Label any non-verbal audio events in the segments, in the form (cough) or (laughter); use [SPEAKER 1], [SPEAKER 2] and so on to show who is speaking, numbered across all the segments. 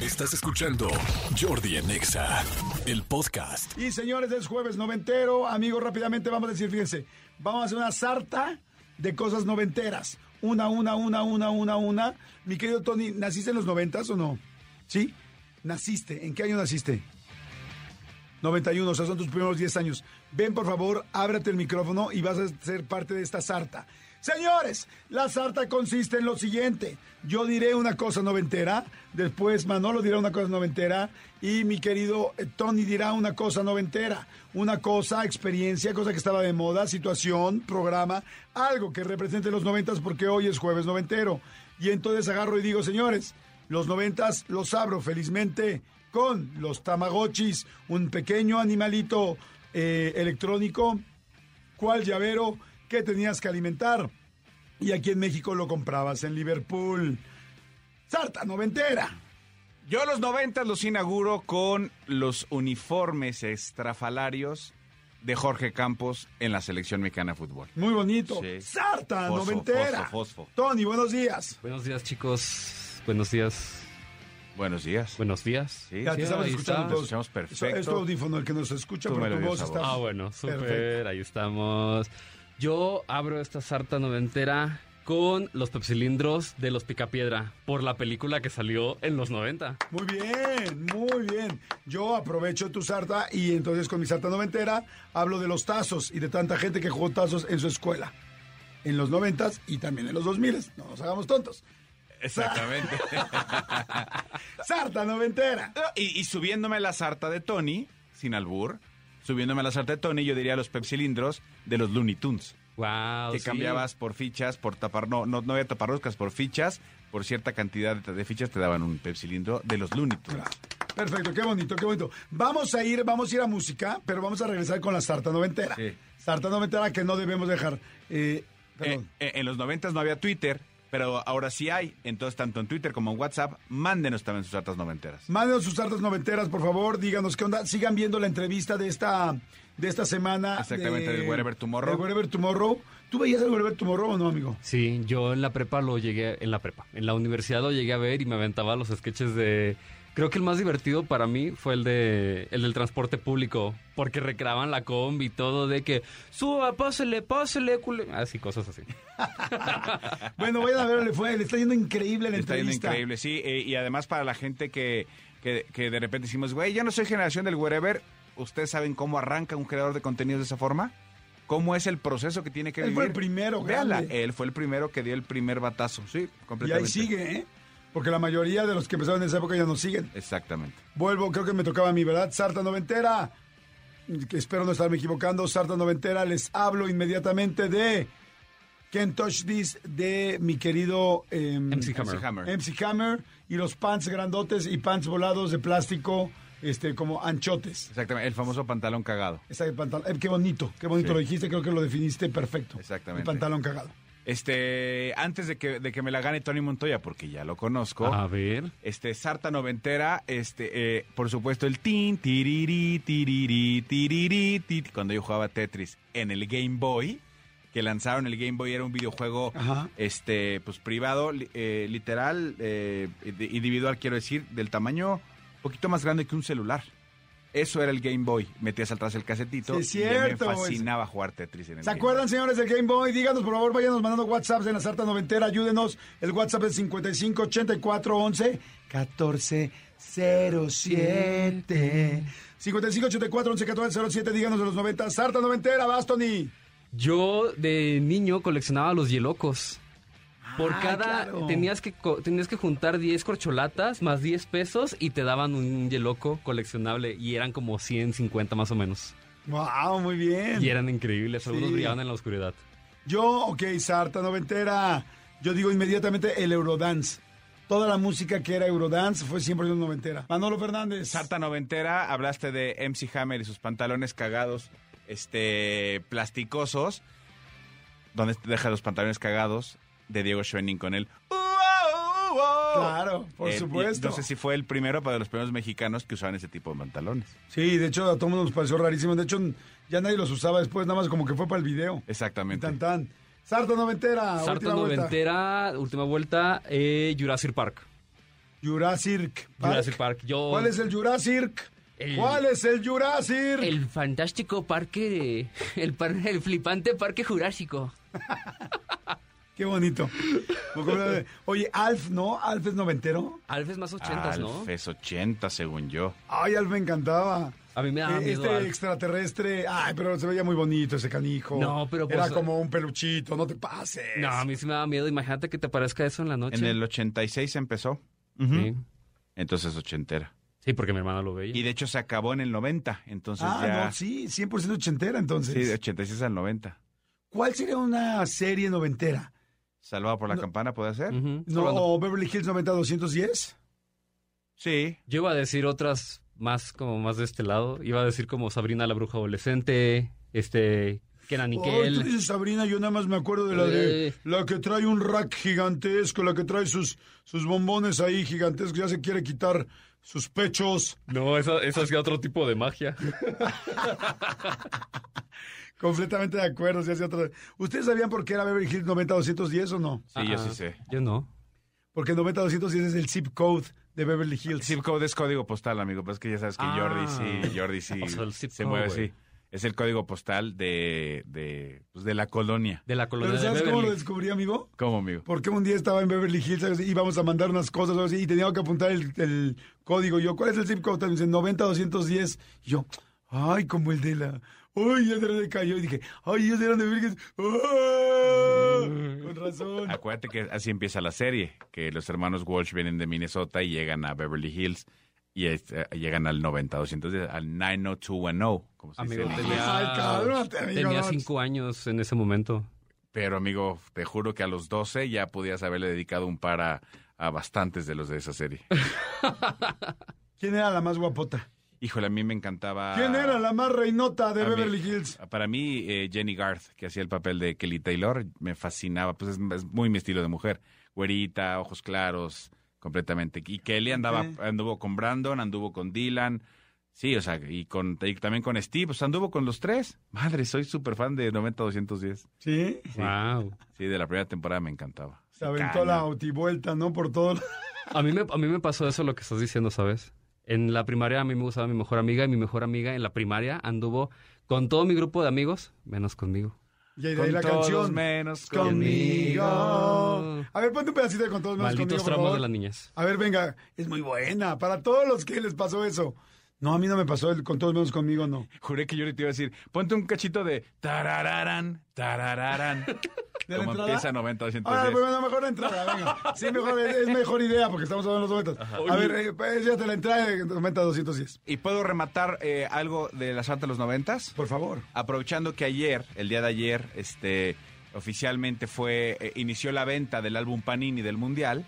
[SPEAKER 1] Estás escuchando Jordi en Exa, el podcast.
[SPEAKER 2] Y señores, es jueves noventero. Amigos, rápidamente vamos a decir, fíjense, vamos a hacer una sarta de cosas noventeras. Una, una, una, una, una, una. Mi querido Tony, ¿naciste en los noventas o no? ¿Sí? ¿Naciste? ¿En qué año naciste? 91, o sea, son tus primeros 10 años. Ven, por favor, ábrate el micrófono y vas a ser parte de esta sarta. Señores, la sarta consiste en lo siguiente. Yo diré una cosa noventera, después Manolo dirá una cosa noventera y mi querido eh, Tony dirá una cosa noventera. Una cosa, experiencia, cosa que estaba de moda, situación, programa, algo que represente los noventas porque hoy es jueves noventero. Y entonces agarro y digo, señores, los noventas los abro felizmente con los Tamagotchis, un pequeño animalito eh, electrónico, cual llavero que tenías que alimentar. Y aquí en México lo comprabas en Liverpool. Sarta noventera.
[SPEAKER 3] Yo los noventas los inauguro con los uniformes estrafalarios de Jorge Campos en la selección mexicana de fútbol.
[SPEAKER 2] Muy bonito.
[SPEAKER 3] Sí.
[SPEAKER 2] Sarta
[SPEAKER 3] Fosfo,
[SPEAKER 2] noventera.
[SPEAKER 3] fosfo, fosfo.
[SPEAKER 2] Tony, buenos días.
[SPEAKER 4] Buenos días, chicos. Buenos días.
[SPEAKER 3] Buenos días.
[SPEAKER 4] Buenos días.
[SPEAKER 3] Sí,
[SPEAKER 2] Ya te
[SPEAKER 4] sí,
[SPEAKER 2] estamos
[SPEAKER 4] ahí
[SPEAKER 2] escuchando
[SPEAKER 4] está.
[SPEAKER 2] todos.
[SPEAKER 3] Escuchamos perfecto.
[SPEAKER 2] Es tu audífono el que nos escucha,
[SPEAKER 3] Tú
[SPEAKER 2] pero tu voz
[SPEAKER 3] maravillosa
[SPEAKER 2] está.
[SPEAKER 3] voz.
[SPEAKER 4] Ah, bueno,
[SPEAKER 2] Perfecto.
[SPEAKER 4] súper. Ahí estamos. Yo abro esta sarta noventera con los pepsilindros de los Picapiedra por la película que salió en los 90.
[SPEAKER 2] Muy bien, muy bien. Yo aprovecho tu sarta y entonces con mi sarta noventera hablo de los tazos y de tanta gente que jugó tazos en su escuela. En los noventas y también en los dos miles. No nos hagamos tontos.
[SPEAKER 3] Exactamente.
[SPEAKER 2] Sarta noventera.
[SPEAKER 3] (laughs) y, y subiéndome la sarta de Tony, sin albur, subiéndome la sarta de Tony, yo diría los pepsilindros de los Looney Tunes.
[SPEAKER 4] Wow.
[SPEAKER 3] que cambiabas por fichas, por tapar, no, no, no había taparroscas, por fichas, por cierta cantidad de, de fichas te daban un pepsilindro de los Looney Tunes.
[SPEAKER 2] Claro. Perfecto, qué bonito, qué bonito. Vamos a ir, vamos a ir a música, pero vamos a regresar con la sarta noventera.
[SPEAKER 3] Sí.
[SPEAKER 2] Sarta noventera que no debemos dejar. Eh, perdón.
[SPEAKER 3] Eh, eh, en los noventas no había Twitter, pero ahora sí hay. Entonces, tanto en Twitter como en WhatsApp, mándenos también sus sartas noventeras.
[SPEAKER 2] Mándenos sus tartas noventeras, por favor. Díganos qué onda. Sigan viendo la entrevista de esta, de esta semana.
[SPEAKER 3] Exactamente, del Wherever Tomorrow.
[SPEAKER 2] del Wherever Tomorrow. ¿Tú veías el Wherever Tomorrow o no, amigo?
[SPEAKER 4] Sí, yo en la prepa lo llegué, en la prepa, en la universidad lo llegué a ver y me aventaba los sketches de... Creo que el más divertido para mí fue el de el del transporte público, porque recreaban la combi y todo de que suba, pásele, pásele, cule... Así, cosas así.
[SPEAKER 2] Bueno, vayan a verle, fue. Le está yendo increíble la
[SPEAKER 3] Está bien
[SPEAKER 2] entrevista.
[SPEAKER 3] increíble, sí. eh, y además, para la gente que, que, que de repente decimos, güey, ya no soy generación del wherever, ¿ustedes saben cómo arranca un creador de contenidos de esa forma? ¿Cómo es el proceso que tiene que
[SPEAKER 2] Él
[SPEAKER 3] vivir?
[SPEAKER 2] fue el primero,
[SPEAKER 3] Véala,
[SPEAKER 2] grande.
[SPEAKER 3] él fue el primero que dio el primer batazo, sí,
[SPEAKER 2] Y ahí
[SPEAKER 3] completamente.
[SPEAKER 2] sigue, ¿eh? Porque la mayoría de los que empezaron en esa época ya no siguen.
[SPEAKER 3] Exactamente.
[SPEAKER 2] Vuelvo, creo que me tocaba a mí, ¿verdad? Sarta Noventera. Que Espero no estarme equivocando. Sarta Noventera, les hablo inmediatamente de Ken Touch This de mi querido eh,
[SPEAKER 4] MC Hammer.
[SPEAKER 3] MC Hammer.
[SPEAKER 2] MC Hammer y los pants grandotes y pants volados de plástico, este, como anchotes.
[SPEAKER 3] Exactamente, el famoso pantalón cagado.
[SPEAKER 2] Esa de pantalón. eh, qué bonito, qué bonito
[SPEAKER 3] Sí.
[SPEAKER 2] lo dijiste, creo que lo definiste perfecto.
[SPEAKER 3] Exactamente.
[SPEAKER 2] El pantalón cagado.
[SPEAKER 3] Este, antes de que, de que me la gane Tony Montoya, porque ya lo conozco.
[SPEAKER 4] A ver.
[SPEAKER 3] Este, Sarta Noventera, este, eh, por supuesto, el tin, tiriri, tiriri, tiriri, ti- cuando yo jugaba Tetris en el Game Boy, que lanzaron el Game Boy, era un videojuego,
[SPEAKER 2] Ajá.
[SPEAKER 3] este, pues privado, li- eh, literal, eh, de- individual, quiero decir, del tamaño un poquito más grande que un celular. Eso era el Game Boy. Metías atrás el casetito.
[SPEAKER 2] Sí, es
[SPEAKER 3] y
[SPEAKER 2] cierto,
[SPEAKER 3] me
[SPEAKER 2] güey.
[SPEAKER 3] fascinaba jugar Tetris en el
[SPEAKER 2] ¿Se
[SPEAKER 3] Game Boy.
[SPEAKER 2] acuerdan, señores, del Game Boy? Díganos, por favor, váyanos mandando WhatsApps en la Sarta Noventera. Ayúdenos. El WhatsApp es 55 84 11 14 07. 55 84 11 14 07. Díganos de los 90. Sarta Noventera, Bastoni.
[SPEAKER 4] Yo de niño coleccionaba los hielocos. Por
[SPEAKER 2] Ah,
[SPEAKER 4] cada
[SPEAKER 2] claro.
[SPEAKER 4] tenías que co- tenías que juntar 10 corcholatas más 10 pesos y te daban un hieloco coleccionable y eran como 150 más o menos.
[SPEAKER 2] Wow, muy bien.
[SPEAKER 4] Y eran increíbles, algunos
[SPEAKER 2] Sí.
[SPEAKER 4] brillaban en la oscuridad.
[SPEAKER 2] Yo, ok, Sarta Noventera. Yo digo inmediatamente el Eurodance. Toda la música que era Eurodance fue 100% noventera. Manolo Fernández.
[SPEAKER 3] Sarta noventera, hablaste de MC Hammer y sus pantalones cagados, este, plasticosos. ¿Dónde te deja los pantalones cagados? De Diego Schoening con él.
[SPEAKER 2] Claro, por supuesto.
[SPEAKER 3] Eh, No sé si fue el primero para los primeros mexicanos que usaban ese tipo de pantalones.
[SPEAKER 2] Sí, de hecho a todo mundo nos pareció rarísimo. De hecho, ya nadie los usaba después, nada más como que fue para el video. Y
[SPEAKER 3] Exactamente.
[SPEAKER 2] Tan tan. Sarta noventera.
[SPEAKER 4] Sarta
[SPEAKER 2] última vuelta.
[SPEAKER 4] noventera, última vuelta, eh, Jurassic Park.
[SPEAKER 2] Jurassic Park.
[SPEAKER 4] Jurassic Park. Yo,
[SPEAKER 2] ¿Cuál es el Jurassic?
[SPEAKER 5] El-
[SPEAKER 2] ¿Cuál es el Jurassic?
[SPEAKER 5] El fantástico parque de- (laughs) El, par- el flipante parque jurásico.
[SPEAKER 2] Qué bonito. Oye, Alf, ¿no? Alf es noventero.
[SPEAKER 5] Alf es más ochentas, ¿no?
[SPEAKER 3] Alfes 80, según yo.
[SPEAKER 2] Ay, Alf me encantaba.
[SPEAKER 5] A mí me daba
[SPEAKER 2] Eh,
[SPEAKER 5] miedo
[SPEAKER 2] Este
[SPEAKER 5] Alf.
[SPEAKER 2] extraterrestre, ay, pero se veía muy bonito ese canijo.
[SPEAKER 5] No, pero
[SPEAKER 2] Era
[SPEAKER 5] pues-
[SPEAKER 2] como un peluchito, no te pases.
[SPEAKER 5] No, a mí sí me daba miedo. Imagínate que te parezca eso en la noche.
[SPEAKER 3] En el 86 empezó.
[SPEAKER 5] Sí.
[SPEAKER 3] Entonces ochentera.
[SPEAKER 4] Sí, porque mi hermana lo
[SPEAKER 3] Y
[SPEAKER 4] veía.
[SPEAKER 3] de hecho se acabó en el 90.
[SPEAKER 5] pues,
[SPEAKER 3] Entonces
[SPEAKER 2] ah,
[SPEAKER 3] ya.
[SPEAKER 2] no, sí, 100% ochentera entonces.
[SPEAKER 3] Sí, de 86 al 90.
[SPEAKER 2] ¿Cuál sería una serie noventera?
[SPEAKER 3] Salvado por la
[SPEAKER 2] No.
[SPEAKER 3] campana, ¿puede ser?
[SPEAKER 5] Ujú.
[SPEAKER 2] No,
[SPEAKER 5] Cuando-
[SPEAKER 2] o Beverly Hills 90210.
[SPEAKER 3] Sí.
[SPEAKER 4] Yo iba a decir otras más, como más de este lado. Iba a decir como Sabrina la bruja adolescente, este, Kenan
[SPEAKER 2] Ay, Oh, tú
[SPEAKER 4] Nickel.
[SPEAKER 2] dices Sabrina, yo nada más me acuerdo de la
[SPEAKER 5] Eh.
[SPEAKER 2] de la que trae un rack gigantesco, la que trae sus, sus bombones ahí gigantescos, ya se quiere quitar sus pechos.
[SPEAKER 4] No, eso, eso hacía otro tipo de magia.
[SPEAKER 2] Completamente de acuerdo. se hace otra- ¿Ustedes sabían por qué era Beverly Hills 90210 o no?
[SPEAKER 3] Sí, yo
[SPEAKER 4] Ah,
[SPEAKER 3] sí
[SPEAKER 4] ah.
[SPEAKER 3] sé.
[SPEAKER 4] Yo no.
[SPEAKER 2] Porque 90210 es el zip code de
[SPEAKER 3] Ah,
[SPEAKER 2] Beverly Hills.
[SPEAKER 3] Zip code es código postal, amigo. Pues es que ya sabes que
[SPEAKER 4] Ah.
[SPEAKER 3] Jordi sí, Jordi sí
[SPEAKER 4] (laughs) O sea, el zip
[SPEAKER 3] se
[SPEAKER 4] code,
[SPEAKER 3] mueve
[SPEAKER 4] güey.
[SPEAKER 3] así. Es el código postal de, de, pues, de la colonia.
[SPEAKER 4] De la colonia
[SPEAKER 2] ¿Pero
[SPEAKER 4] de
[SPEAKER 2] sabes
[SPEAKER 4] Beverly.
[SPEAKER 2] cómo lo descubrí, amigo?
[SPEAKER 3] ¿Cómo, amigo?
[SPEAKER 2] Porque un día estaba en Beverly Hills ¿sabes? íbamos a mandar unas cosas o algo así, y tenía que apuntar el, el código. Yo, ¿cuál es el zip code? Me dicen 90210. Y Yo, ay, como el de la. Uy, ya se le cayó. Y dije, ay, ellos eran de Beverly Hills. ¡Ah! Con razón.
[SPEAKER 3] Acuérdate que así empieza la serie, que los hermanos Walsh vienen de Minnesota y llegan a Beverly Hills y este, llegan al 90210, al 90210, como se
[SPEAKER 4] Amigo,
[SPEAKER 3] dice. en inglés.
[SPEAKER 4] tenía,
[SPEAKER 2] Ay, cálmate, amigo,
[SPEAKER 4] tenía
[SPEAKER 2] no.
[SPEAKER 4] cinco años en ese momento.
[SPEAKER 3] Pero amigo, te juro que a los 12 ya podías haberle dedicado un par a, a bastantes de los de esa
[SPEAKER 4] (laughs)
[SPEAKER 3] serie.
[SPEAKER 2] ¿Quién era la más guapota?
[SPEAKER 3] Híjole, a mí me encantaba...
[SPEAKER 2] ¿Quién era la más reinota de
[SPEAKER 3] Ah. A mí-
[SPEAKER 2] Beverly Hills?
[SPEAKER 3] Para mí, eh, Jenny Garth, que hacía el papel de Kelly Taylor, me fascinaba. Pues es, es muy mi estilo de mujer. Güerita, ojos claros, completamente. Y Kelly andaba,
[SPEAKER 2] Ok.
[SPEAKER 3] anduvo con Brandon, anduvo con Dylan. Sí, o sea, y, con, y también con Steve. O sea, anduvo con los tres. Madre, soy súper fan de 90-210.
[SPEAKER 2] Sí.
[SPEAKER 4] Wow.
[SPEAKER 3] Sí, de la primera temporada me encantaba.
[SPEAKER 2] Se aventó la autivuelta, ¿no? Por todo. (laughs)
[SPEAKER 4] A mí, me, a mí me pasó eso lo que estás diciendo, ¿sabes? En la primaria a mí me gustaba mi mejor amiga y mi mejor amiga en la primaria anduvo con todo mi grupo de amigos, menos conmigo.
[SPEAKER 2] Y ahí, de
[SPEAKER 3] Con
[SPEAKER 2] ahí la
[SPEAKER 3] todos
[SPEAKER 2] canción.
[SPEAKER 3] menos
[SPEAKER 2] Conmigo.
[SPEAKER 3] conmigo.
[SPEAKER 2] A ver, ponte un pedacito de con todos menos
[SPEAKER 4] Malditos
[SPEAKER 2] conmigo, por
[SPEAKER 4] traumas de
[SPEAKER 2] favor.
[SPEAKER 4] las niñas.
[SPEAKER 2] A ver, venga, es muy buena. Para todos los que les pasó eso. No, a mí no me pasó el con todos menos conmigo, no.
[SPEAKER 3] Juré que yo te iba a decir, ponte un cachito de tarararán, tarararán.
[SPEAKER 2] (laughs) ¿De la
[SPEAKER 3] Como
[SPEAKER 2] entrada?
[SPEAKER 3] empieza 90
[SPEAKER 2] Ahora, pues, bueno, mejor la entrada, venga. Sí, mejor, es, es mejor idea porque estamos hablando de los noventas. A ver, eh, pues, ya te la entrada de 90 210.
[SPEAKER 3] ¿Y puedo rematar eh, algo de la Santa de los noventas?
[SPEAKER 2] Por favor.
[SPEAKER 3] Aprovechando que ayer, el día de ayer, este, oficialmente fue, eh, inició la venta del álbum Panini del Mundial.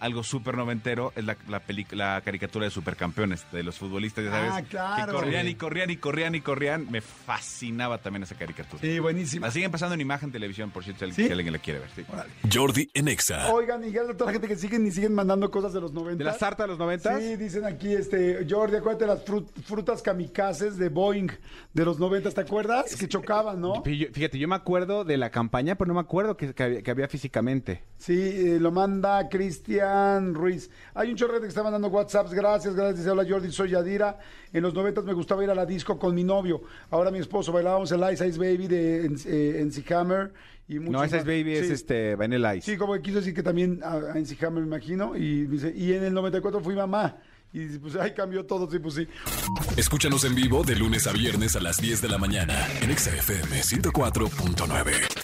[SPEAKER 3] Algo súper noventero es la, la, pelic- la caricatura de supercampeones, de los futbolistas, ya sabes.
[SPEAKER 2] Ah, claro.
[SPEAKER 3] Que corrían y corrían y corrían y corrían. Me fascinaba también esa caricatura.
[SPEAKER 2] Sí, buenísima.
[SPEAKER 3] La siguen pasando en imagen televisión, por cierto, si
[SPEAKER 2] ¿Sí?
[SPEAKER 3] alguien la quiere ver. sí.
[SPEAKER 2] Órale.
[SPEAKER 1] Jordi en Exa.
[SPEAKER 2] Oigan, y ya toda la gente que siguen y siguen mandando cosas de los 90.
[SPEAKER 3] ¿De la Sarta de los noventas?
[SPEAKER 2] Sí, dicen aquí, este, Jordi, acuérdate de las frut- frutas kamikazes de Boeing de los 90, ¿te acuerdas? Que chocaban, ¿no?
[SPEAKER 6] Fí- yo- Fíjate, yo me acuerdo de la campaña, pero no me acuerdo que, que había, que había físicamente.
[SPEAKER 2] Sí, eh, lo manda Cristian Ruiz. Hay un chorrete que está mandando WhatsApps. Gracias, gracias. Dice, hola Jordi, soy Yadira. En los noventas me gustaba ir a la disco con mi novio. Ahora mi esposo. Bailábamos el Ice Ice Baby de en- eh, NC Hammer. Y muchos
[SPEAKER 6] no, esa es
[SPEAKER 2] más.
[SPEAKER 6] Baby, es
[SPEAKER 2] Sí.
[SPEAKER 6] este Vanilla Ice.
[SPEAKER 2] Sí, como que quiso decir que también a, a NC Hammer, me imagino. Y dice, y en el 94 fui mamá. Y dice, pues, ahí cambió todo. Sí, pues sí.
[SPEAKER 1] Escúchanos en vivo de lunes a viernes a las 10 de la mañana en Exa FM 104.9.